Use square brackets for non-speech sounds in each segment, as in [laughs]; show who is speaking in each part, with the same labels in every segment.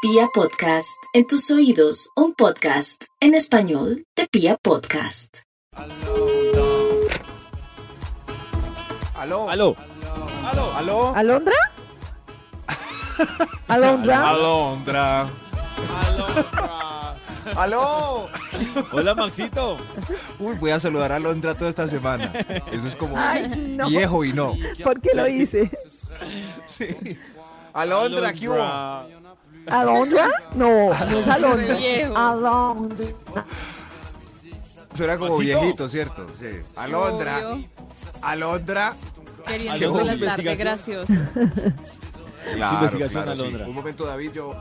Speaker 1: Pia Podcast, en tus oídos, un podcast en español de Pia Podcast.
Speaker 2: Aló.
Speaker 3: Aló.
Speaker 2: Aló. Aló.
Speaker 4: ¿Alondra?
Speaker 3: [laughs]
Speaker 4: ¿Alondra?
Speaker 5: Alondra.
Speaker 2: Aló.
Speaker 3: Hola Maxito.
Speaker 2: Uy, voy a saludar a Londra toda esta semana. Eso es como
Speaker 4: Ay, no.
Speaker 2: viejo y no.
Speaker 4: ¿Por qué lo hice?
Speaker 2: Sí. Alondra, ¿qué hubo?
Speaker 4: ¿Alondra? No, no es Alondra.
Speaker 6: Viejo.
Speaker 4: Alondra.
Speaker 2: Suena como
Speaker 3: Maxito.
Speaker 2: viejito, ¿cierto? Sí. Alondra.
Speaker 6: Obvio,
Speaker 2: Alondra.
Speaker 3: Qué
Speaker 6: Queriendo
Speaker 3: buena
Speaker 6: hacer la tarde
Speaker 3: investigación.
Speaker 6: graciosa.
Speaker 3: investigación,
Speaker 2: sí.
Speaker 3: Alondra.
Speaker 2: Un momento, David, yo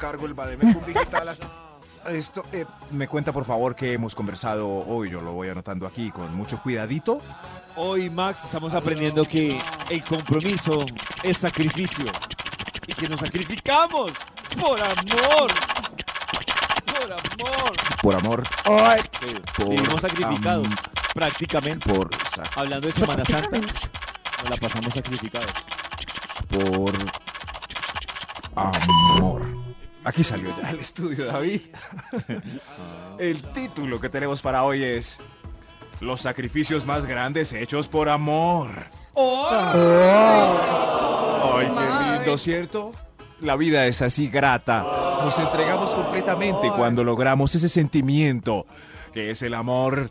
Speaker 2: cargo el Bademecum digital hasta- Esto, eh, me cuenta por favor que hemos conversado hoy, yo lo voy anotando aquí con mucho cuidadito.
Speaker 3: Hoy Max estamos aprendiendo que el compromiso es sacrificio y que nos sacrificamos por amor. Por amor.
Speaker 2: Por amor,
Speaker 4: Ay,
Speaker 2: por
Speaker 3: Vivimos sacrificados
Speaker 2: am-
Speaker 3: prácticamente.
Speaker 2: por, sa-
Speaker 3: Hablando de Semana Santa, nos la pasamos sacrificados.
Speaker 2: por amor. Aquí salió ya el estudio, David. El título que tenemos para hoy es Los sacrificios más grandes hechos por amor. Ay, qué
Speaker 6: Mavi.
Speaker 2: lindo, ¿cierto? La vida es así grata. Nos entregamos completamente cuando logramos ese sentimiento que es el amor.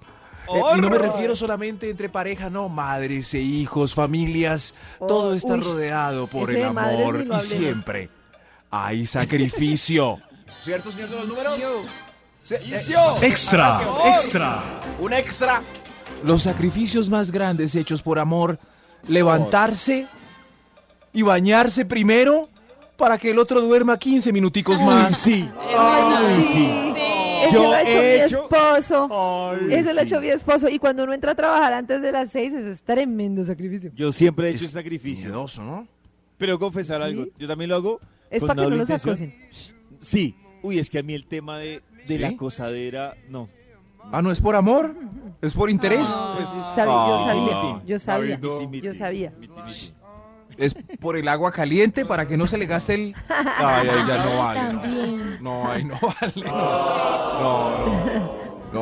Speaker 2: Eh, y no me refiero solamente entre pareja, no, madres e hijos, familias. todo está
Speaker 4: Oh, uy,
Speaker 2: rodeado por
Speaker 4: ese
Speaker 2: el
Speaker 4: de madres
Speaker 2: amor
Speaker 4: ni lo
Speaker 2: y
Speaker 4: hablemos.
Speaker 2: siempre hay sacrificio. [laughs] ¿Cierto, señor de los números? Extra, extra.
Speaker 5: Un extra.
Speaker 2: Los sacrificios más grandes hechos por amor, levantarse y bañarse primero para que el otro duerma 15 minuticos más.
Speaker 3: Sí.
Speaker 6: Ay,
Speaker 3: sí.
Speaker 4: Ese
Speaker 3: Yo
Speaker 4: lo ha hecho
Speaker 3: he
Speaker 4: mi
Speaker 3: hecho-
Speaker 4: esposo.
Speaker 3: Ay,
Speaker 4: Eso lo ha
Speaker 3: sí.
Speaker 4: hecho mi esposo. Y cuando uno entra a trabajar antes de las seis, eso es tremendo sacrificio.
Speaker 3: Yo siempre he hecho
Speaker 2: Es
Speaker 3: un sacrificio.
Speaker 2: miedoso, ¿no?
Speaker 3: Pero confesar algo, yo también Pues lo hago.
Speaker 4: Es
Speaker 3: con
Speaker 4: para que
Speaker 3: doble
Speaker 4: no los
Speaker 3: intención.
Speaker 4: acosen.
Speaker 3: Sí. Uy, es que a mí el tema de, de la
Speaker 2: ¿Sí?
Speaker 3: acosadera, no.
Speaker 2: Ah, no es por amor, es por interés,
Speaker 4: Sabi- yo
Speaker 2: Ah,
Speaker 4: Pues, sabía, yo sabía,
Speaker 2: David, no.
Speaker 4: yo sabía.
Speaker 2: es por el agua caliente para que no se le gaste el. Ay, ay, ya no vale. no.
Speaker 6: También.
Speaker 2: No, ay, no vale. No. No, no.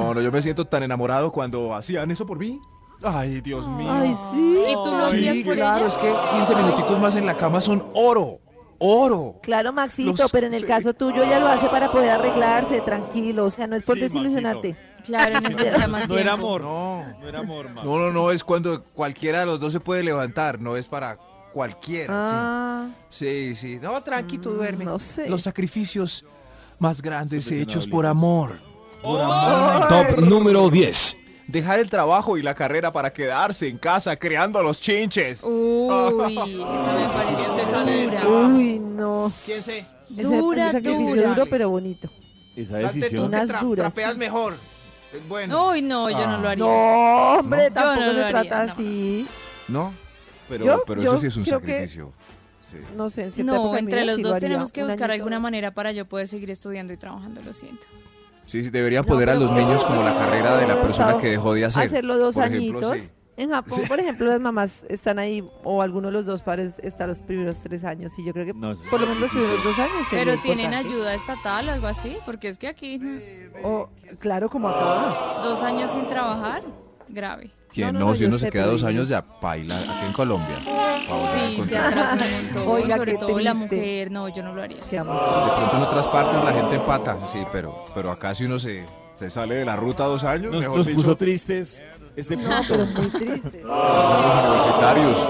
Speaker 2: No, no, yo me siento tan enamorado cuando hacían eso por mí. Ay, Dios mío.
Speaker 4: Ay, sí.
Speaker 6: ¿Y tú lo hacías
Speaker 2: Sí,
Speaker 6: por
Speaker 2: claro,
Speaker 6: ella?
Speaker 2: es que 15 minuticos más en la cama son oro. Oro.
Speaker 4: Claro, Maxito,
Speaker 2: Los-
Speaker 4: pero en el
Speaker 2: sí.
Speaker 4: caso tuyo ya lo hace para poder arreglarse, tranquilo. O sea, no es por
Speaker 3: Sí,
Speaker 4: desilusionarte.
Speaker 6: Claro, necesita más
Speaker 3: No era
Speaker 6: tiempo.
Speaker 3: amor.
Speaker 2: No.
Speaker 3: No era amor, Max.
Speaker 2: No, no, no, es cuando cualquiera de los dos se puede levantar, no es para cualquiera. sí.
Speaker 4: Ah,
Speaker 2: Sí, sí. No, tranqui, tú
Speaker 4: Mm,
Speaker 2: duerme.
Speaker 4: no sé.
Speaker 2: Los sacrificios más grandes
Speaker 3: Sobre
Speaker 2: hechos
Speaker 3: una
Speaker 2: por amor.
Speaker 7: Top número 10.
Speaker 2: Dejar el trabajo y la carrera para quedarse en casa creando a los chinches.
Speaker 6: Uy, esa me parece dura.
Speaker 4: uy, no.
Speaker 5: ¿Quién se?
Speaker 4: Ese
Speaker 6: Dura,
Speaker 4: un sacrificio
Speaker 6: dura.
Speaker 4: duro, pero bonito.
Speaker 3: Esa
Speaker 5: Salte tú
Speaker 3: decisión.
Speaker 5: que
Speaker 4: Unas
Speaker 5: tra-
Speaker 4: duras.
Speaker 5: trapeas mejor.
Speaker 2: Eh,
Speaker 5: Es Bueno.
Speaker 6: Uy, no, yo no lo
Speaker 4: Ah.
Speaker 6: haría.
Speaker 4: No, hombre,
Speaker 6: No.
Speaker 4: tampoco
Speaker 6: Yo no
Speaker 4: se
Speaker 6: lo haría,
Speaker 4: trata
Speaker 6: no.
Speaker 4: así.
Speaker 2: ¿No? Pero,
Speaker 4: Yo-
Speaker 2: pero
Speaker 4: yo
Speaker 2: eso sí es un
Speaker 4: creo que-
Speaker 2: sacrificio. Sí.
Speaker 4: No sé, en cierta época
Speaker 6: No,
Speaker 4: de mi
Speaker 6: entre
Speaker 4: vida
Speaker 6: los
Speaker 4: sí lo
Speaker 6: dos
Speaker 4: haría.
Speaker 6: tenemos que
Speaker 4: Un
Speaker 6: buscar
Speaker 4: añito.
Speaker 6: alguna manera para yo poder seguir estudiando y trabajando, lo siento.
Speaker 2: Sí, sí, deberían poner a
Speaker 4: pero
Speaker 2: los
Speaker 4: por
Speaker 2: niños
Speaker 4: ejemplo,
Speaker 2: como la
Speaker 4: si
Speaker 2: carrera de la
Speaker 4: hubiera
Speaker 2: persona
Speaker 4: estado-
Speaker 2: que dejó de hacer.
Speaker 4: Hacerlo dos
Speaker 2: Por ejemplo,
Speaker 4: añitos.
Speaker 2: sí.
Speaker 4: En Japón,
Speaker 2: Sí.
Speaker 4: por ejemplo, las mamás están ahí, o alguno de los dos padres está los primeros tres años. Y yo creo que
Speaker 3: No, eso es
Speaker 4: por lo menos los
Speaker 3: difícil.
Speaker 4: primeros dos años. sería
Speaker 6: Pero tienen
Speaker 4: importante.
Speaker 6: ayuda estatal o algo así, porque es que aquí mm,
Speaker 4: O, claro, como acá.
Speaker 6: dos años sin trabajar, grave.
Speaker 2: Que no,
Speaker 4: No, no, no,
Speaker 2: si
Speaker 4: yo
Speaker 2: uno se
Speaker 4: sé,
Speaker 2: queda
Speaker 4: pero
Speaker 2: dos
Speaker 4: yo-
Speaker 2: años ya baila aquí en Colombia. Pa' volver a
Speaker 6: Sí, se
Speaker 2: encontrar.
Speaker 6: atrasa un montón,
Speaker 4: Oiga,
Speaker 6: sobre
Speaker 4: qué
Speaker 6: todo la
Speaker 4: triste.
Speaker 6: mujer, no, yo no lo haría.
Speaker 4: Quedamos.
Speaker 2: De pronto en otras partes la gente empata, sí, pero, pero acá si uno se, se sale de la ruta dos años,
Speaker 3: Nos,
Speaker 2: mejor
Speaker 3: nos
Speaker 2: dicho,
Speaker 3: puso tristes este punto.
Speaker 4: Pero muy triste.
Speaker 2: los universitarios.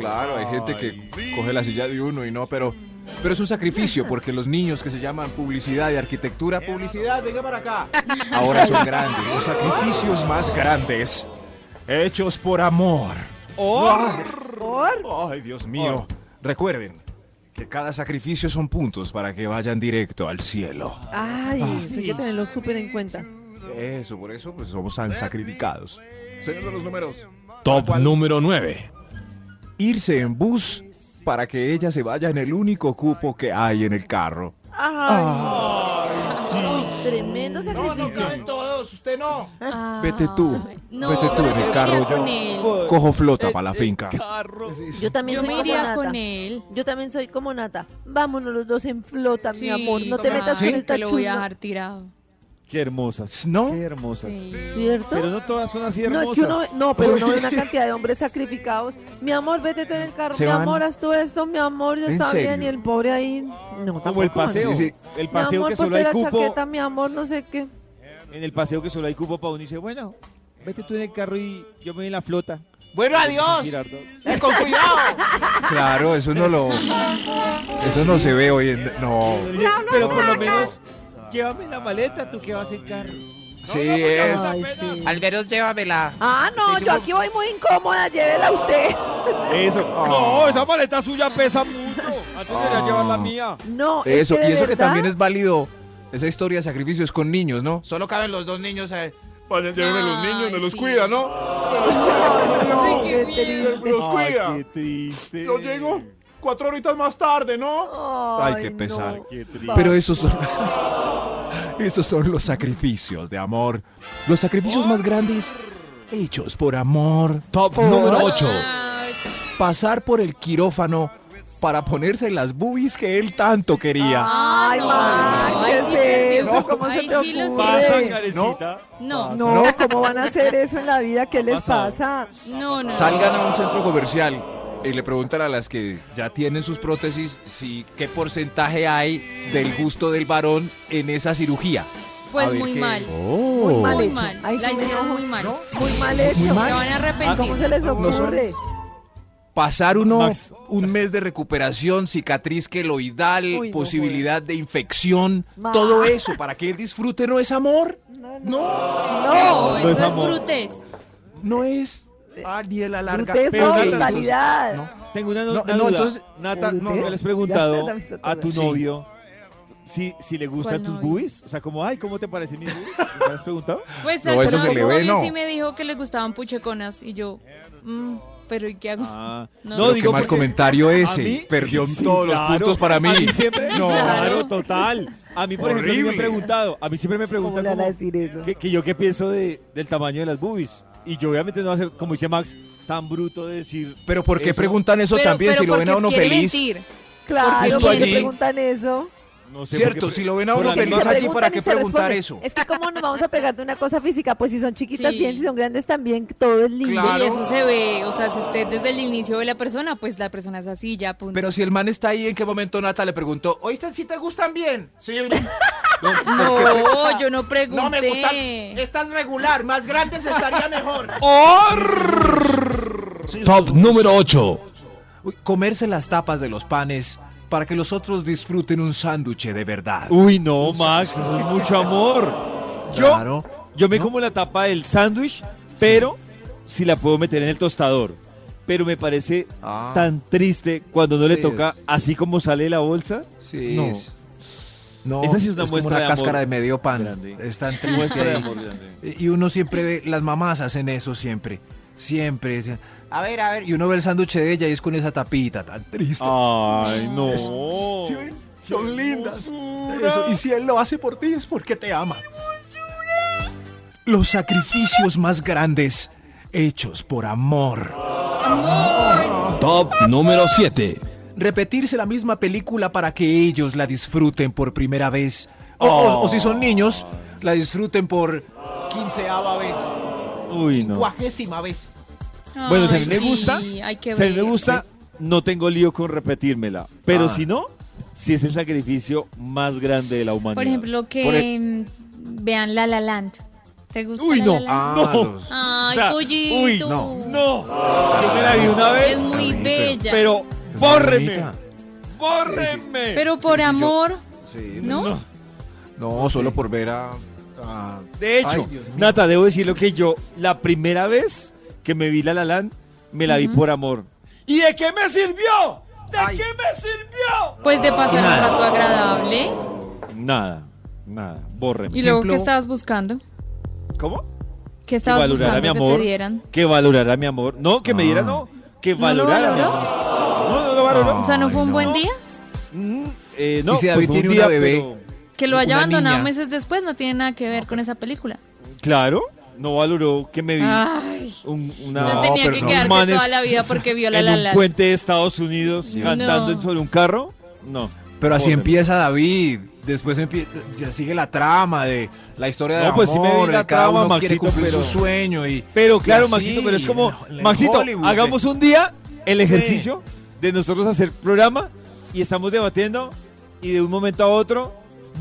Speaker 2: Claro, hay gente que coge la silla de uno y no, pero, pero es un sacrificio porque los niños que se llaman publicidad y arquitectura, publicidad, venga para acá. Ahora son grandes, los sacrificios más grandes, hechos por amor. Ay, Dios mío. Recuerden que cada sacrificio son puntos para que vayan directo al cielo.
Speaker 4: Ay, eso hay que tenerlo súper en cuenta.
Speaker 2: Eso, por eso pues somos tan sacrificados. Señor de los números.
Speaker 7: Top número 9.
Speaker 2: Irse en bus para que ella se vaya en el único cupo que hay en el carro.
Speaker 4: Ay, tremendo sacrificio.
Speaker 5: Todos. todos, usted no.
Speaker 6: Ay,
Speaker 2: Vete tú.
Speaker 6: Ah, no,
Speaker 2: Vete tú en el
Speaker 6: yo me
Speaker 2: carro,
Speaker 6: iría
Speaker 2: yo-
Speaker 6: con él.
Speaker 2: Cojo flota para la finca.
Speaker 3: Carro.
Speaker 4: Yo también
Speaker 6: Yo
Speaker 4: soy
Speaker 6: me
Speaker 4: como
Speaker 6: iría
Speaker 4: Nata.
Speaker 6: con él.
Speaker 4: Yo también soy como Nata. Vámonos los dos en flota, mi amor. No te
Speaker 6: claro,
Speaker 4: metas
Speaker 6: que
Speaker 4: con esta
Speaker 6: lo voy a
Speaker 4: chusma.
Speaker 6: dejar tirado.
Speaker 3: Qué hermosas.
Speaker 2: ¿No?
Speaker 3: Qué hermosas.
Speaker 6: Sí.
Speaker 4: ¿Cierto?
Speaker 3: Pero no todas son así
Speaker 4: No,
Speaker 3: hermosas.
Speaker 4: es que uno, no, pero uno ve una cantidad de hombres sacrificados. Mi amor, vete tú en el carro.
Speaker 2: Se
Speaker 4: Mi
Speaker 2: van.
Speaker 4: amor, haz tú esto. Mi amor, yo
Speaker 2: ¿En
Speaker 4: estaba bien.
Speaker 2: serio?
Speaker 4: Y el pobre ahí. No, tampoco.
Speaker 3: Como el paseo.
Speaker 2: Sí, sí.
Speaker 3: El
Speaker 4: Mi
Speaker 3: paseo
Speaker 4: amor,
Speaker 3: que solo hay
Speaker 4: ponte la
Speaker 3: cupo.
Speaker 4: chaqueta, mi amor, no sé qué.
Speaker 3: En el paseo que solo hay cupo para uno y dice, bueno, vete tú en el carro y yo me voy en la flota.
Speaker 5: Bueno, adiós.
Speaker 3: Girardo.
Speaker 5: Eh, con cuidado.
Speaker 2: Claro, eso no lo. Eso no se ve hoy en. No.
Speaker 3: Pero por lo menos, llévame la maleta, tú que vas en carro.
Speaker 2: Sí, es.
Speaker 4: Ay, sí.
Speaker 8: Alberos, llévamela.
Speaker 4: Ah, no, yo aquí voy muy incómoda, llévela usted.
Speaker 3: Eso. No, esa maleta suya pesa mucho. Antes
Speaker 2: Ah.
Speaker 3: debería llevar la mía.
Speaker 4: No, es
Speaker 2: Eso,
Speaker 4: que de
Speaker 2: y eso que
Speaker 4: verdad, [laughs]
Speaker 2: también es válido. Esa historia de sacrificios con niños, ¿no?
Speaker 5: Solo caben los dos niños. eh.
Speaker 6: Llévenme los niños, no los cuida, ¿no?
Speaker 4: [laughs] qué triste.
Speaker 5: Los
Speaker 3: Ay,
Speaker 5: cuida.
Speaker 3: qué triste.
Speaker 5: Yo llego cuatro horitas más tarde, ¿no?
Speaker 2: Ay, qué
Speaker 4: no.
Speaker 2: pesar.
Speaker 3: Qué triste.
Speaker 2: Pero esos son. [laughs] Esos son los sacrificios de amor. Los sacrificios más grandes hechos por amor.
Speaker 7: Top número 8.
Speaker 6: Ay,
Speaker 2: Pasar por el quirófano para ponerse las boobies que él tanto quería.
Speaker 4: Ay,
Speaker 6: Ah, no.
Speaker 4: Max,
Speaker 6: Ay,
Speaker 4: ¿qué
Speaker 6: sí,
Speaker 4: es eso?
Speaker 6: perdió.
Speaker 4: ¿Cómo se
Speaker 6: Ay,
Speaker 4: te
Speaker 6: sí, lo
Speaker 4: ocurre?
Speaker 3: Pasa,
Speaker 4: Hombre.
Speaker 3: carecita.
Speaker 6: No,
Speaker 4: No, ¿cómo van a hacer eso en la vida? ¿Qué les
Speaker 3: pasado.
Speaker 4: pasa?
Speaker 6: no, no.
Speaker 2: Salgan a un centro comercial y le preguntan a las que ya tienen sus prótesis si qué porcentaje hay del gusto del varón en esa cirugía. a
Speaker 6: Pues
Speaker 2: ver
Speaker 6: muy
Speaker 2: qué- Oh.
Speaker 6: mal.
Speaker 4: Muy mal
Speaker 6: Oh. Muy
Speaker 4: hecho.
Speaker 6: mal.
Speaker 4: Ahí
Speaker 6: La
Speaker 4: sí me
Speaker 6: hicieron
Speaker 4: enojo.
Speaker 6: muy mal.
Speaker 4: Muy
Speaker 6: Sí.
Speaker 4: mal hecho. Ah,
Speaker 6: Se van a arrepentir.
Speaker 4: ¿Cómo se les ocurre?
Speaker 2: Pasar uno
Speaker 3: Max.
Speaker 2: un mes de recuperación, cicatriz queloidal,
Speaker 4: Uy, no,
Speaker 2: posibilidad de infección,
Speaker 4: Ma.
Speaker 2: todo eso para que él disfrute no es amor,
Speaker 4: No, no.
Speaker 2: no,
Speaker 6: No, Pues, eso
Speaker 3: es
Speaker 6: es
Speaker 3: amor.
Speaker 6: brutes.
Speaker 2: no es ah, ni a la larga.
Speaker 4: Ustedes
Speaker 3: pero
Speaker 4: no,
Speaker 3: nada,
Speaker 4: rivalidad.
Speaker 3: Tengo una,
Speaker 2: No,
Speaker 3: no, una
Speaker 2: no,
Speaker 3: duda.
Speaker 2: entonces-
Speaker 3: Nata,
Speaker 4: Uy,
Speaker 3: no,
Speaker 4: ¿ves?
Speaker 3: no les he
Speaker 4: Ya
Speaker 3: preguntado
Speaker 4: te has visto
Speaker 3: a tu
Speaker 4: todo.
Speaker 3: novio si, si le gustan
Speaker 6: ¿Cuál
Speaker 3: tus
Speaker 6: novio?
Speaker 3: boobies. O sea, como, ay, ¿cómo te parecen mis boobies? ¿Ya ¿Le has preguntado?
Speaker 6: Pues
Speaker 2: No,
Speaker 6: al
Speaker 2: eso se
Speaker 6: final
Speaker 2: le ve,
Speaker 6: mi novio
Speaker 2: no.
Speaker 6: sí me dijo que le gustaban pucheconas y yo, mm, pero ¿y qué hago?
Speaker 3: Ah,
Speaker 6: No,
Speaker 2: Pero
Speaker 6: no.
Speaker 2: qué
Speaker 3: digo
Speaker 2: mal
Speaker 3: porque
Speaker 2: comentario ese,
Speaker 3: a mí-
Speaker 2: perdió
Speaker 3: Sí,
Speaker 2: todos los
Speaker 3: claro,
Speaker 2: puntos para mí.
Speaker 3: a siempre,
Speaker 2: No.
Speaker 3: claro, total. A mí, por ejemplo, a mí me han preguntado, a mí siempre me
Speaker 4: ¿Cómo
Speaker 3: preguntan
Speaker 4: le van a
Speaker 3: como,
Speaker 4: decir eso?
Speaker 3: que, que yo qué pienso de, del tamaño de las boobies. Y yo obviamente no va a ser, como dice Max, tan bruto de decir...
Speaker 2: Pero ¿por qué
Speaker 3: Eso.
Speaker 2: preguntan eso
Speaker 6: Pero-
Speaker 2: también
Speaker 6: pero
Speaker 2: si lo ven a
Speaker 6: porque
Speaker 2: uno
Speaker 6: quiere
Speaker 2: feliz?
Speaker 6: mentir.
Speaker 4: Claro,
Speaker 6: Justo
Speaker 4: ¿por qué
Speaker 2: allí-
Speaker 4: preguntan eso?
Speaker 3: No sé por
Speaker 2: Cierto,
Speaker 3: qué-
Speaker 2: si lo ven a
Speaker 3: por
Speaker 2: uno
Speaker 3: la misma
Speaker 2: feliz aquí,
Speaker 4: Preguntan
Speaker 2: ¿para
Speaker 4: y
Speaker 2: qué
Speaker 4: se
Speaker 2: preguntar
Speaker 4: responden.
Speaker 2: eso?
Speaker 4: Es que cómo nos vamos a pegar de una cosa física, pues si son chiquitas
Speaker 6: Sí.
Speaker 4: bien, si son grandes también, todo es lindo.
Speaker 2: Claro.
Speaker 6: Y eso se ve, o sea, si usted desde el inicio ve la persona, pues la persona es así, ya punto.
Speaker 2: Pero si el man está ahí, ¿en qué momento Nata le preguntó? "Oye,
Speaker 5: ¿Oíste si te gustan bien? Sí.
Speaker 6: [laughs] no, yo no pregunté.
Speaker 5: No me gustan. Estás regular. Más grandes estaría mejor.
Speaker 7: Top número 8.
Speaker 2: uy, comerse las tapas de los panes para que los otros disfruten un sándwich de verdad?
Speaker 3: Uy, no, Max, eso es mucho amor. Yo,
Speaker 2: Claro.
Speaker 3: Yo me como la tapa del sándwich, pero si la puedo meter en el tostador. Pero me parece
Speaker 2: Ah.
Speaker 3: tan triste cuando no le
Speaker 2: Sí,
Speaker 3: toca
Speaker 2: es-
Speaker 3: así como sale de la bolsa.
Speaker 2: Sí.
Speaker 3: No.
Speaker 2: es- No,
Speaker 3: Esa sí es una
Speaker 2: como
Speaker 3: muestra de
Speaker 2: una
Speaker 3: amor
Speaker 2: cáscara de medio pan.
Speaker 3: grande.
Speaker 2: Es tan triste.
Speaker 3: Muestra de
Speaker 2: ahí.
Speaker 3: amor grande.
Speaker 2: Y uno siempre ve, las mamás hacen eso siempre. Siempre. es-
Speaker 5: A ver, a ver.
Speaker 2: Y uno ve el sándwich de ella y es con esa tapita tan triste.
Speaker 3: Ah. Ay, no.
Speaker 2: ¿Sí ven? Son
Speaker 3: Qué
Speaker 2: lindas.
Speaker 3: hermosura.
Speaker 2: Eso, Y si él lo hace por ti es porque te ama. Los sacrificios más grandes hechos por amor.
Speaker 7: Top número 7.
Speaker 2: repetirse la misma película para que ellos la disfruten por primera vez. O, o- o si son niños, la disfruten por...
Speaker 5: Quinceava vez.
Speaker 3: Uy, no.
Speaker 5: Cuagésima vez.
Speaker 3: Bueno, si a
Speaker 6: Ay,
Speaker 3: mí me
Speaker 6: sí,
Speaker 3: gusta,
Speaker 6: hay que
Speaker 3: Si a mí me
Speaker 6: ver.
Speaker 3: gusta, no tengo lío con repetírmela. Pero
Speaker 2: Ah.
Speaker 3: si no, si es el sacrificio más grande de la humanidad.
Speaker 6: Por ejemplo, que
Speaker 2: Por
Speaker 6: mm, vean La La Land. ¿Te gusta
Speaker 3: Uy,
Speaker 6: La
Speaker 3: no.
Speaker 6: La Land?
Speaker 3: No.
Speaker 2: Ah, los-
Speaker 6: Ay,
Speaker 3: O sea,
Speaker 6: pollito.
Speaker 3: uy, No, yo me la vi una
Speaker 6: Es
Speaker 3: vez,
Speaker 6: muy
Speaker 2: Está
Speaker 6: bella. Pero,
Speaker 3: pero
Speaker 2: Es
Speaker 3: bórreme,
Speaker 2: bonita.
Speaker 3: bórreme.
Speaker 6: por
Speaker 2: sí, yo-
Speaker 6: amor,
Speaker 2: Sí.
Speaker 6: ¿no?
Speaker 2: No, solo por ver a... a-
Speaker 3: De hecho,
Speaker 2: Ay, Dios mío.
Speaker 3: Nata, debo decirlo que yo la primera vez que me vi La La Land, me la vi por amor. ¿Y de qué me sirvió? ¿De qué me sirvió?
Speaker 6: Pues de pasar un
Speaker 3: Nada.
Speaker 6: rato agradable.
Speaker 3: Nada, nada, bórreme.
Speaker 6: Y luego, ¿qué
Speaker 2: Ejemplo.
Speaker 6: estabas buscando?
Speaker 3: ¿Cómo?
Speaker 6: ¿Qué
Speaker 3: Que
Speaker 6: estabas
Speaker 3: valorara
Speaker 6: buscando
Speaker 3: mi
Speaker 6: que
Speaker 3: amor.
Speaker 6: te dieran?
Speaker 3: Que valorara mi amor. No, que me diera,
Speaker 2: Ah.
Speaker 3: no. Que
Speaker 6: ¿No lo
Speaker 3: valorara mi
Speaker 6: valoró?
Speaker 3: amor. No, no lo valoró.
Speaker 2: Ah.
Speaker 6: O sea, ¿no fue
Speaker 2: Ay,
Speaker 6: un buen
Speaker 3: no.
Speaker 6: día?
Speaker 3: Mm, eh, no,
Speaker 2: Y si
Speaker 3: pues
Speaker 2: David
Speaker 3: fue un
Speaker 2: tiene una
Speaker 3: día,
Speaker 2: bebé,
Speaker 3: pero-
Speaker 6: Que lo haya
Speaker 2: Una
Speaker 6: abandonado
Speaker 2: niña.
Speaker 6: meses después no tiene nada que ver con esa película.
Speaker 3: Claro, no valoró que me vi
Speaker 6: Ay,
Speaker 3: un, una,
Speaker 6: Ah. no,
Speaker 2: No,
Speaker 6: tenía
Speaker 2: pero
Speaker 6: que
Speaker 2: no.
Speaker 6: quedarse
Speaker 3: manes
Speaker 6: toda la vida porque viola
Speaker 3: en
Speaker 6: la
Speaker 3: un
Speaker 6: la.
Speaker 3: puente de Estados Unidos
Speaker 2: Dios.
Speaker 3: cantando
Speaker 6: No.
Speaker 3: sobre un carro. No.
Speaker 2: Pero así
Speaker 3: Joder.
Speaker 2: empieza David. Después empie- ya sigue la trama de la historia de
Speaker 3: No, pues sí me vi
Speaker 2: amor,
Speaker 3: la
Speaker 2: de cada
Speaker 3: trama,
Speaker 2: uno quiere
Speaker 3: Maxito,
Speaker 2: cumplir
Speaker 3: pero-
Speaker 2: su sueño y
Speaker 3: Pero claro,
Speaker 2: así,
Speaker 3: Maxito, pero es como,
Speaker 2: en- en
Speaker 3: Maxito,
Speaker 2: Hollywood, eh.
Speaker 3: hagamos un día el ejercicio de nosotros hacer programa y estamos debatiendo y de un momento a otro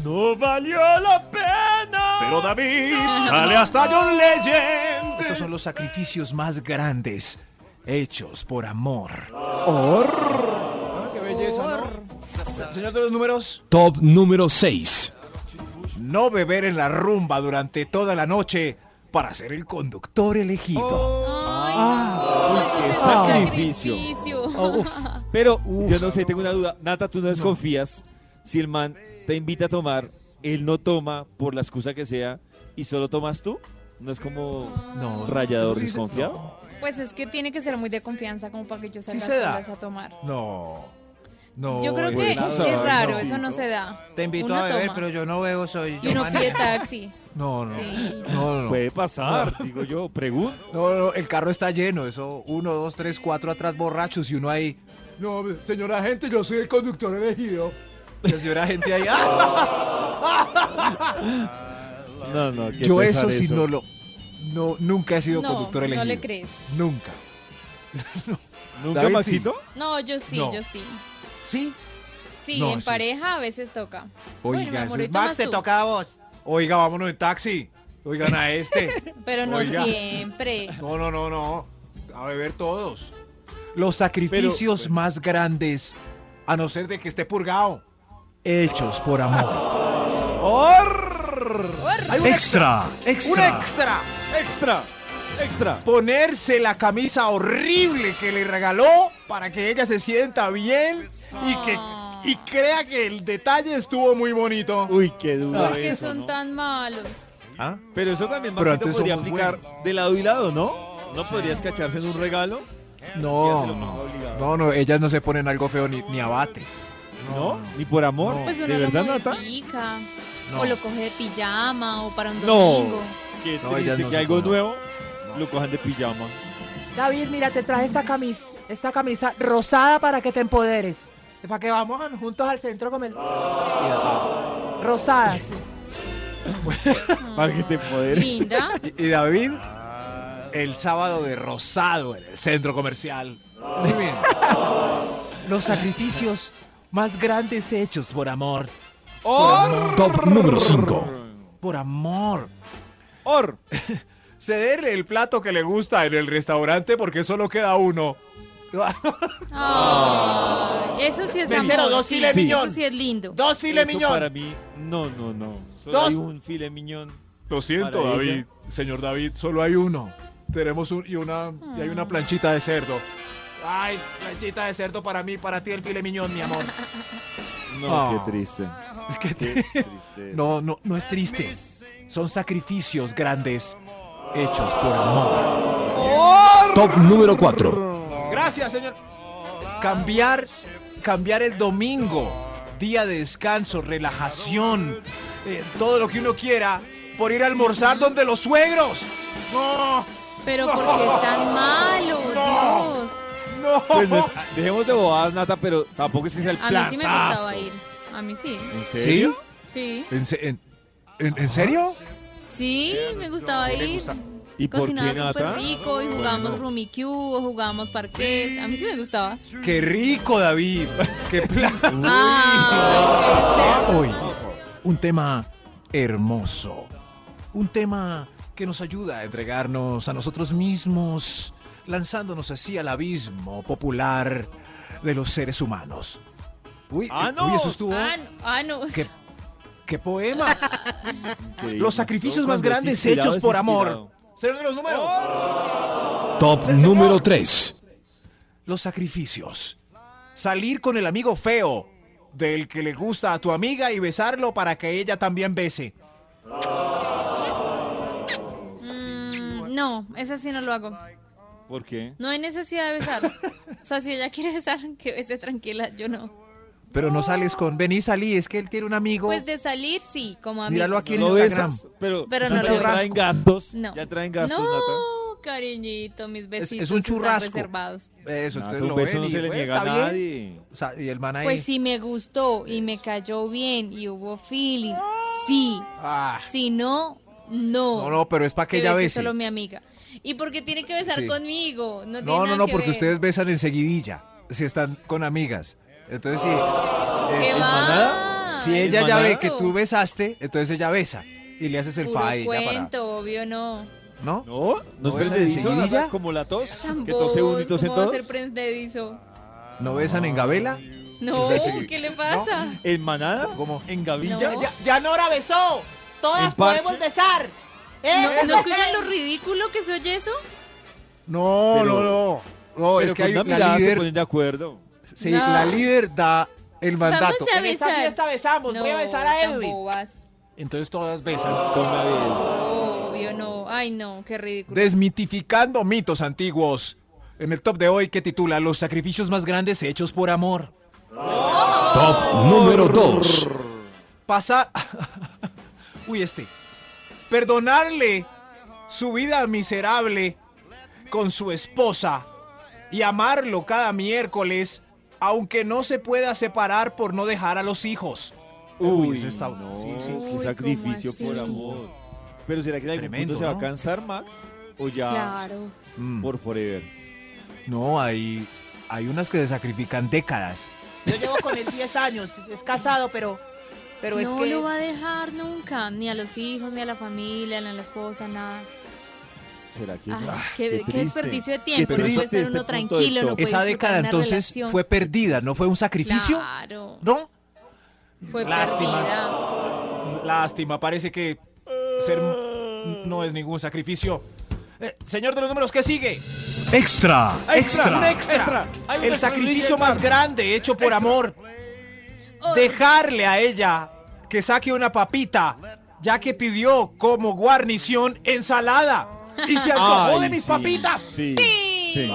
Speaker 3: no valió la pena.
Speaker 8: Pero David sale hasta John Legend.
Speaker 2: estos son los sacrificios más grandes hechos por amor. Señor de los números,
Speaker 7: Top número 6.
Speaker 2: no beber en la rumba durante toda la noche para ser el conductor elegido.
Speaker 6: Ay,
Speaker 3: Ah,
Speaker 6: no,
Speaker 3: uy,
Speaker 6: eso
Speaker 3: qué
Speaker 6: es un
Speaker 3: sacrificio.
Speaker 6: sacrificio.
Speaker 3: Oh, uf. Pero yo no sé, tengo una duda. Nata, tú no desconfías si el man te invita a tomar, él no toma por la excusa que sea y solo tomas tú. ¿No es como
Speaker 2: No,
Speaker 3: rayador
Speaker 2: sí se-
Speaker 3: desconfiado?
Speaker 6: [laughs] Pues es que tiene que ser muy de confianza como para que yo salga
Speaker 2: Sí se da.
Speaker 6: solas a tomar.
Speaker 2: No. No.
Speaker 6: yo creo
Speaker 2: es
Speaker 6: que
Speaker 2: nada.
Speaker 6: es raro, eso no se da.
Speaker 2: Te invito
Speaker 6: Uno
Speaker 2: a beber,
Speaker 6: toma.
Speaker 2: pero yo no bebo, soy
Speaker 6: Y uno
Speaker 2: manejo.
Speaker 6: pide taxi.
Speaker 2: No, no.
Speaker 6: Sí.
Speaker 2: No, no, no.
Speaker 3: Puede pasar, digo yo, pregunto.
Speaker 2: No, no, el carro está lleno, eso, uno, dos, tres, cuatro atrás borrachos y uno ahí. No, señora gente, yo soy el conductor elegido. La señora gente ahí. ¡ah!
Speaker 3: No, no, qué
Speaker 2: yo
Speaker 3: pesar
Speaker 2: eso sí no lo. No, nunca he sido
Speaker 6: No,
Speaker 2: conductor elegido.
Speaker 6: no le crees.
Speaker 2: Nunca.
Speaker 3: ¿Nunca,
Speaker 2: David, sí.
Speaker 3: Maxito?
Speaker 6: No, yo sí,
Speaker 2: No.
Speaker 6: yo sí.
Speaker 2: Sí.
Speaker 6: Sí,
Speaker 2: No,
Speaker 6: en
Speaker 2: sí,
Speaker 6: pareja a veces toca. Bueno, mi
Speaker 2: Oiga,
Speaker 6: amor,
Speaker 2: eso-
Speaker 6: hoy tomas
Speaker 5: Max, te
Speaker 6: tú.
Speaker 5: toca a vos.
Speaker 2: oiga, vámonos en taxi. Oigan a este.
Speaker 6: Pero no
Speaker 2: Oiga. [laughs]
Speaker 6: siempre.
Speaker 2: No, no, no, no. A beber todos. Los sacrificios
Speaker 3: Pero-
Speaker 2: más grandes, a no ser de que esté purgado, hechos por amor.
Speaker 5: Hay un
Speaker 8: Extra,
Speaker 5: Un
Speaker 8: extra.
Speaker 5: extra.
Speaker 3: ¡Extra! ¡Extra!
Speaker 2: Ponerse la camisa horrible que le regaló para que ella se sienta bien y que
Speaker 6: Ah.
Speaker 2: y crea que el detalle estuvo muy bonito.
Speaker 3: Uy, qué duro
Speaker 6: Porque
Speaker 3: eso,
Speaker 6: son
Speaker 3: ¿no?
Speaker 6: tan malos.
Speaker 3: Pero eso también,
Speaker 2: Pero
Speaker 3: Maxito,
Speaker 2: antes
Speaker 3: podría
Speaker 2: somos
Speaker 3: aplicar de lado y lado, ¿no? ¿No podrías cacharse en un regalo?
Speaker 2: No,
Speaker 3: lo más
Speaker 2: no,
Speaker 3: obligado.
Speaker 2: no, no, ellas no se ponen algo feo ni, ni abate.
Speaker 3: ¿No? ¿Ni por amor?
Speaker 2: No.
Speaker 6: Pues uno
Speaker 3: ¿De
Speaker 6: lo
Speaker 3: verdad, Nata?
Speaker 6: modifica.
Speaker 2: No.
Speaker 6: O lo coge de pijama o para un
Speaker 3: No.
Speaker 6: domingo.
Speaker 3: Qué
Speaker 2: No,
Speaker 3: triste
Speaker 2: ellas no
Speaker 3: que
Speaker 2: se
Speaker 3: algo
Speaker 2: ponen.
Speaker 3: nuevo lo cojan de pijama.
Speaker 5: David, mira, te traje esta camisa, esta camisa rosada para que te empoderes. Para que vamos a- juntos al centro con el... Rosadas.
Speaker 3: Para que te empoderes. [laughs]
Speaker 6: Ah. Linda.
Speaker 2: Y, y David, el sábado de rosado en el centro comercial. Muy bien. Los sacrificios más grandes hechos por amor.
Speaker 7: Top número 5.
Speaker 2: Por amor.
Speaker 3: Or,
Speaker 2: [laughs] Cederle el plato que le gusta en el restaurante porque solo queda uno.
Speaker 3: Ah.
Speaker 6: Ay, eso sí es
Speaker 5: Mesero,
Speaker 6: amor,
Speaker 5: dos
Speaker 6: sí,
Speaker 5: filet
Speaker 6: Eso
Speaker 5: mignon.
Speaker 6: sí es lindo.
Speaker 5: Dos filet
Speaker 3: eso
Speaker 5: miñón.
Speaker 3: para mí, no, no, no. Solo
Speaker 5: Dos.
Speaker 3: hay un filet miñón.
Speaker 2: Lo siento,
Speaker 3: Maravilla.
Speaker 2: David. Señor David, solo hay uno. Tenemos un, y, una, y hay una planchita de cerdo.
Speaker 5: Ay, planchita de cerdo para mí, para ti el filet miñón, mi amor.
Speaker 3: No,
Speaker 2: Ah.
Speaker 3: qué triste.
Speaker 2: Qué
Speaker 3: triste.
Speaker 2: [laughs] No, no, no es triste. Son sacrificios grandes hechos por amor.
Speaker 7: Top número 4.
Speaker 2: Gracias, señor. Cambiar, cambiar el domingo, día de descanso, relajación, eh, todo lo que uno quiera, por ir a almorzar donde los suegros. No,
Speaker 6: Pero porque es tan malo, Dios.
Speaker 2: no.
Speaker 3: Pues no es- dejemos de bobadas, Nata, pero tampoco es que sea el
Speaker 6: A
Speaker 3: plan.
Speaker 6: mí sí me gustaba ir. A mí sí.
Speaker 3: ¿En serio?
Speaker 6: Sí.
Speaker 2: ¿En, se- en- en- en serio?
Speaker 6: Sí, me gustaba ir.
Speaker 3: ¿Y por qué,
Speaker 6: Cocinaba súper
Speaker 3: Nata?
Speaker 6: rico y jugábamos Rummikyu o jugábamos parqués. A mí sí me gustaba.
Speaker 2: Qué rico, David. Qué plan.
Speaker 6: Ah,
Speaker 2: Hoy, un tema hermoso. Un tema que nos ayuda a entregarnos a nosotros mismos, lanzándonos así al abismo popular de los seres humanos. Uy,
Speaker 3: ¡Ah,
Speaker 2: eh,
Speaker 3: no!
Speaker 2: uy, eso estuvo.
Speaker 6: Ah, no. Ah, no.
Speaker 2: ¿Qué? ¡Qué poema!
Speaker 3: Increíble.
Speaker 2: Los sacrificios
Speaker 3: Yo
Speaker 2: más
Speaker 3: cuando es
Speaker 2: grandes
Speaker 3: inspirado,
Speaker 2: hechos
Speaker 3: es
Speaker 2: por
Speaker 3: inspirado. Oh.
Speaker 2: amor. Señor de los números.
Speaker 7: Top número 3.
Speaker 2: Los sacrificios. Salir con el amigo feo, del que le gusta a tu amiga y besarlo para que ella también bese.
Speaker 6: Mm, no, esa sí no lo hago.
Speaker 3: ¿Por qué?
Speaker 6: [laughs] No hay necesidad de besar. O sea, si ella quiere besar, que bese tranquila, yo no.
Speaker 2: Pero no sales con, vení, salí, es que él tiene un amigo.
Speaker 6: Pues de salir, sí, como a mí.
Speaker 2: Míralo aquí en
Speaker 3: No
Speaker 2: Instagram.
Speaker 3: besas, pero,
Speaker 6: Pero
Speaker 3: ya
Speaker 6: no lo
Speaker 3: traen
Speaker 5: besas.
Speaker 3: gastos.
Speaker 6: No.
Speaker 3: Ya traen gastos, Nata.
Speaker 6: No, cariñito, mis
Speaker 2: es
Speaker 6: besitos
Speaker 2: un
Speaker 6: están
Speaker 2: churrasco.
Speaker 6: reservados.
Speaker 2: Eso,
Speaker 3: Nata,
Speaker 2: entonces
Speaker 3: un
Speaker 2: lo
Speaker 3: beso
Speaker 2: ven
Speaker 3: no
Speaker 2: y,
Speaker 3: se le
Speaker 2: "Güey,
Speaker 3: niega a
Speaker 2: está bien".
Speaker 3: nadie.
Speaker 2: O sea, y el man ahí.
Speaker 6: Pues sí me gustó y me cayó bien y hubo feeling. Sí,
Speaker 2: Ah,
Speaker 6: si no, no.
Speaker 2: no, no, pero es para que ella
Speaker 6: bese
Speaker 2: bese.
Speaker 6: solo mi amiga. ¿Y porque tiene que besar
Speaker 2: Sí.
Speaker 6: conmigo? No, tiene
Speaker 2: No, no,
Speaker 6: nada
Speaker 2: no,
Speaker 6: que
Speaker 2: porque
Speaker 6: ver.
Speaker 2: ustedes besan enseguidilla si están con amigas. Entonces, si,
Speaker 6: Ah. ¿Qué
Speaker 2: eh,
Speaker 6: va?
Speaker 2: si ella ya ve
Speaker 6: Hermanada.
Speaker 2: que tú besaste, entonces ella besa y le haces el
Speaker 6: Puro
Speaker 2: fa a ella para.
Speaker 6: cuento, obvio no.
Speaker 2: ¿No?
Speaker 3: No, no es
Speaker 2: ¿No besan
Speaker 3: prendedizo,
Speaker 2: enseguida?
Speaker 3: Nata, como la tos.
Speaker 6: Tan
Speaker 3: Que tose
Speaker 6: bobos,
Speaker 3: uno y tosen
Speaker 6: ¿cómo va a
Speaker 3: todos.
Speaker 6: ser prendedizo?
Speaker 2: ¿No besan en Gabela?
Speaker 6: No,
Speaker 2: Pues así.
Speaker 6: ¿qué le pasa?
Speaker 3: ¿En manada?
Speaker 2: ¿Cómo?
Speaker 3: ¿En gavilla?
Speaker 6: No.
Speaker 5: Ya, ya Nora besó. Todas
Speaker 3: En parche.
Speaker 5: podemos besar. ¡Eh!
Speaker 6: ¿No, ¿no escuchan lo ridículo que se oye eso?
Speaker 2: No,
Speaker 3: Pero-
Speaker 2: no, no. No,
Speaker 3: Pero
Speaker 2: es que hay
Speaker 3: con una
Speaker 2: la
Speaker 3: mirada se
Speaker 2: líder,
Speaker 3: ponen de acuerdo.
Speaker 2: sí,
Speaker 6: No.
Speaker 2: la líder da el mandato.
Speaker 6: a
Speaker 5: En esta
Speaker 6: besar.
Speaker 5: fiesta besamos. Voy a besar a
Speaker 6: tan
Speaker 5: Edwin.
Speaker 6: bobas.
Speaker 2: Entonces todas besan.
Speaker 3: Con la vida.
Speaker 6: Obvio no. Ay, no, qué ridículo.
Speaker 2: Desmitificando mitos antiguos. En el top de hoy que titula Los sacrificios más grandes hechos por amor.
Speaker 7: Top número 2.
Speaker 2: Pasar. [laughs] Uy, este. Perdonarle su vida miserable con su esposa y amarlo cada miércoles, aunque no se pueda separar por no dejar a los hijos.
Speaker 3: Uy,
Speaker 2: ese está-
Speaker 3: no,
Speaker 2: sí, sí.
Speaker 6: Uy,
Speaker 3: qué
Speaker 6: ¿cómo
Speaker 3: sacrificio
Speaker 6: así?
Speaker 3: por amor. Pero ¿será que en algún
Speaker 2: Tremendo,
Speaker 3: punto se va a
Speaker 2: ¿no?
Speaker 3: cansar, Max? ¿O ya
Speaker 6: Claro.
Speaker 2: Mm.
Speaker 3: por forever?
Speaker 2: No, hay, hay unas que se sacrifican décadas.
Speaker 5: Yo llevo con él 10 años. Es casado, pero. Pero es
Speaker 6: no
Speaker 5: que.
Speaker 6: lo va a dejar nunca, ni a los hijos, ni a la familia, ni a la esposa, nada.
Speaker 3: ¿Será que
Speaker 6: Ay,
Speaker 3: no?
Speaker 6: qué, qué
Speaker 3: triste.
Speaker 6: desperdicio de
Speaker 3: Qué
Speaker 6: tiempo. no puede
Speaker 3: triste
Speaker 6: estar
Speaker 3: este
Speaker 6: uno
Speaker 3: punto del
Speaker 6: tranquilo, no
Speaker 3: top.
Speaker 6: puede
Speaker 2: Esa
Speaker 6: disfrutar
Speaker 2: década
Speaker 6: una
Speaker 2: entonces
Speaker 6: relación.
Speaker 2: fue perdida, ¿no fue un sacrificio?
Speaker 6: Claro,
Speaker 2: ¿No?
Speaker 6: fue
Speaker 2: Lástima.
Speaker 6: perdida.
Speaker 2: Lástima, parece que ser m- no es ningún sacrificio. Eh, señor de los números, ¿qué sigue?
Speaker 7: Extra.
Speaker 2: Extra, un extra.
Speaker 3: extra. Hay un
Speaker 2: El
Speaker 3: extra,
Speaker 2: sacrificio
Speaker 3: Luis,
Speaker 2: más
Speaker 3: extra.
Speaker 2: grande hecho por amor.
Speaker 6: Oh,
Speaker 2: Dejarle a ella que saque una papita, ya que pidió como guarnición ensalada. Y se antojó de
Speaker 3: Ay,
Speaker 2: mis
Speaker 3: sí,
Speaker 2: papitas.
Speaker 3: Sí.
Speaker 6: Sí.
Speaker 3: sí.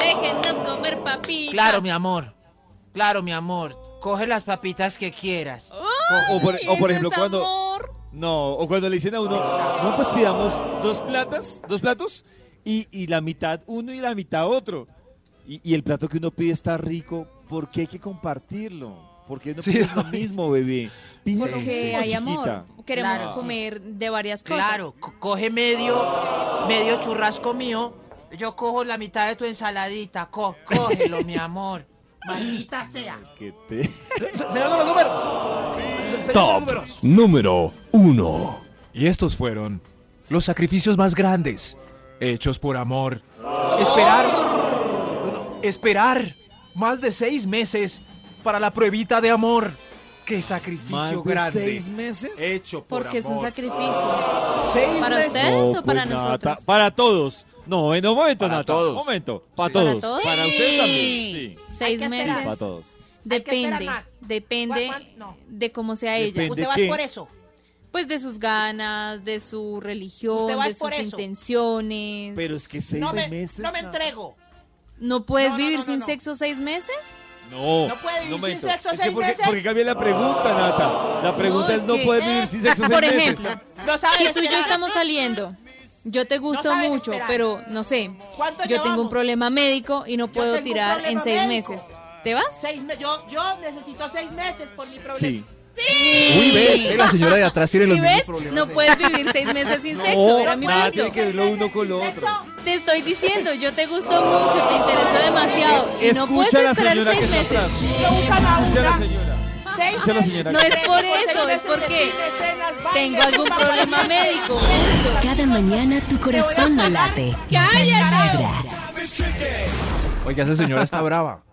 Speaker 6: Déjennos comer papitas.
Speaker 5: amor. Claro, mi amor. Coge las papitas que quieras.
Speaker 3: O, o [laughs] por,
Speaker 6: Ay,
Speaker 3: o por
Speaker 6: eso
Speaker 3: ejemplo,
Speaker 6: es
Speaker 3: cuando...
Speaker 6: amor.
Speaker 3: No, o cuando le dicen a uno, no, pues pidamos dos platas, dos platos, y, y la mitad uno y la mitad otro. Y, y el plato que uno pide está rico, ¿por qué hay que compartirlo? Porque no
Speaker 2: Sí,
Speaker 3: pides lo mismo, bebé? Pide lo
Speaker 6: Porque
Speaker 3: mismo,
Speaker 6: hay
Speaker 3: chiquita.
Speaker 6: amor. Queremos
Speaker 5: Claro.
Speaker 6: comer de varias cosas.
Speaker 5: Claro, co- coge medio, medio churrasco mío. Yo cojo la mitad de tu ensaladita. Co- cógelo, mi [laughs] amor. Maldita sea.
Speaker 3: Que te-
Speaker 2: Señor de los números. Señor de los
Speaker 7: Top
Speaker 2: números.
Speaker 7: número 1.
Speaker 2: Y estos fueron los sacrificios más grandes, hechos por amor. Esperar, esperar más de seis meses para la pruebita de amor. ¡Qué sacrificio
Speaker 3: ¿Más de
Speaker 2: grande!
Speaker 3: seis meses?
Speaker 2: Hecho por
Speaker 6: Porque es un
Speaker 2: amor.
Speaker 6: sacrificio.
Speaker 2: Seis
Speaker 6: ¿Para
Speaker 2: meses.
Speaker 6: ustedes o para
Speaker 3: pues, Nata,
Speaker 6: nosotros?
Speaker 3: para todos. No, en un momento,
Speaker 2: Para
Speaker 3: Nata,
Speaker 2: todos.
Speaker 3: un momento. Para
Speaker 2: Sí.
Speaker 3: todos.
Speaker 6: ¿Para todos?
Speaker 3: Para ustedes también. Sí.
Speaker 5: Hay
Speaker 6: Seis
Speaker 5: que
Speaker 6: meses.
Speaker 5: esperar.
Speaker 3: Para todos.
Speaker 5: Hay que esperar
Speaker 6: Depende.
Speaker 5: más.
Speaker 6: Depende
Speaker 5: ¿Cuál- cuál? No.
Speaker 6: de cómo sea ella.
Speaker 3: Depende.
Speaker 5: Usted va
Speaker 3: qué?
Speaker 5: por eso.
Speaker 6: Pues de sus ganas, de su religión,
Speaker 5: Usted va
Speaker 6: de
Speaker 5: es por
Speaker 6: sus
Speaker 5: eso.
Speaker 6: intenciones.
Speaker 3: Pero es que seis
Speaker 5: No me,
Speaker 3: meses.
Speaker 5: no me
Speaker 3: Nata.
Speaker 5: entrego.
Speaker 6: ¿No puedes
Speaker 5: No, no,
Speaker 6: vivir
Speaker 5: no, no,
Speaker 6: sin
Speaker 5: no.
Speaker 6: sexo seis meses?
Speaker 3: No,
Speaker 5: No puede vivir
Speaker 3: un
Speaker 5: sin
Speaker 3: momento.
Speaker 5: sexo
Speaker 3: Es que
Speaker 5: seis
Speaker 3: porque,
Speaker 5: meses.
Speaker 3: Porque cambia la pregunta, Nata. La pregunta
Speaker 6: No,
Speaker 3: es,
Speaker 6: es
Speaker 3: no
Speaker 6: que-
Speaker 3: puedes vivir sin sexo seis
Speaker 6: Por
Speaker 3: meses.
Speaker 6: ejemplo,
Speaker 5: No sabes
Speaker 6: si tú y yo
Speaker 5: esperar.
Speaker 6: estamos saliendo, yo te gusto
Speaker 5: saben
Speaker 6: mucho,
Speaker 5: esperar.
Speaker 6: pero no sé,
Speaker 5: ¿Cuánto
Speaker 6: yo tengo
Speaker 5: llevamos?
Speaker 6: un problema médico y no
Speaker 5: Yo
Speaker 6: puedo
Speaker 5: tengo un
Speaker 6: tirar en
Speaker 5: problema
Speaker 6: seis
Speaker 5: médico.
Speaker 6: meses. ¿Te vas?
Speaker 5: Seis me- yo, yo necesito seis meses por mi problema.
Speaker 3: Sí.
Speaker 2: Uy, ve, ve, la señora de atrás tiene los
Speaker 6: [laughs] ¿Sí
Speaker 2: mismos
Speaker 6: ves?
Speaker 2: problemas.
Speaker 6: No
Speaker 2: de-
Speaker 3: [laughs]
Speaker 6: puedes vivir seis meses sin sexo. Era
Speaker 3: No,
Speaker 6: mi
Speaker 3: nada
Speaker 6: punto.
Speaker 3: tiene que ver lo uno con lo otro.
Speaker 6: Te estoy diciendo, yo te gusto mucho, te intereso demasiado y no puedes
Speaker 3: Escucha a la
Speaker 6: esperar
Speaker 3: señora que
Speaker 6: seis
Speaker 3: está
Speaker 6: meses.
Speaker 3: atrás.
Speaker 5: No usa la
Speaker 3: Escucha a la
Speaker 5: una.
Speaker 3: señora.
Speaker 5: Seis
Speaker 3: Escucha a la
Speaker 5: meses.
Speaker 3: señora.
Speaker 6: No es por
Speaker 5: seis
Speaker 6: eso, es
Speaker 5: meses de
Speaker 6: porque
Speaker 5: cine,
Speaker 6: tengo
Speaker 5: escenas, bailes,
Speaker 6: algún
Speaker 5: papá,
Speaker 6: problema
Speaker 5: papá.
Speaker 6: médico.
Speaker 9: Cada mañana tu corazón no late.
Speaker 6: ¡Cállate!
Speaker 9: Vibra.
Speaker 2: Oiga, esa señora está brava.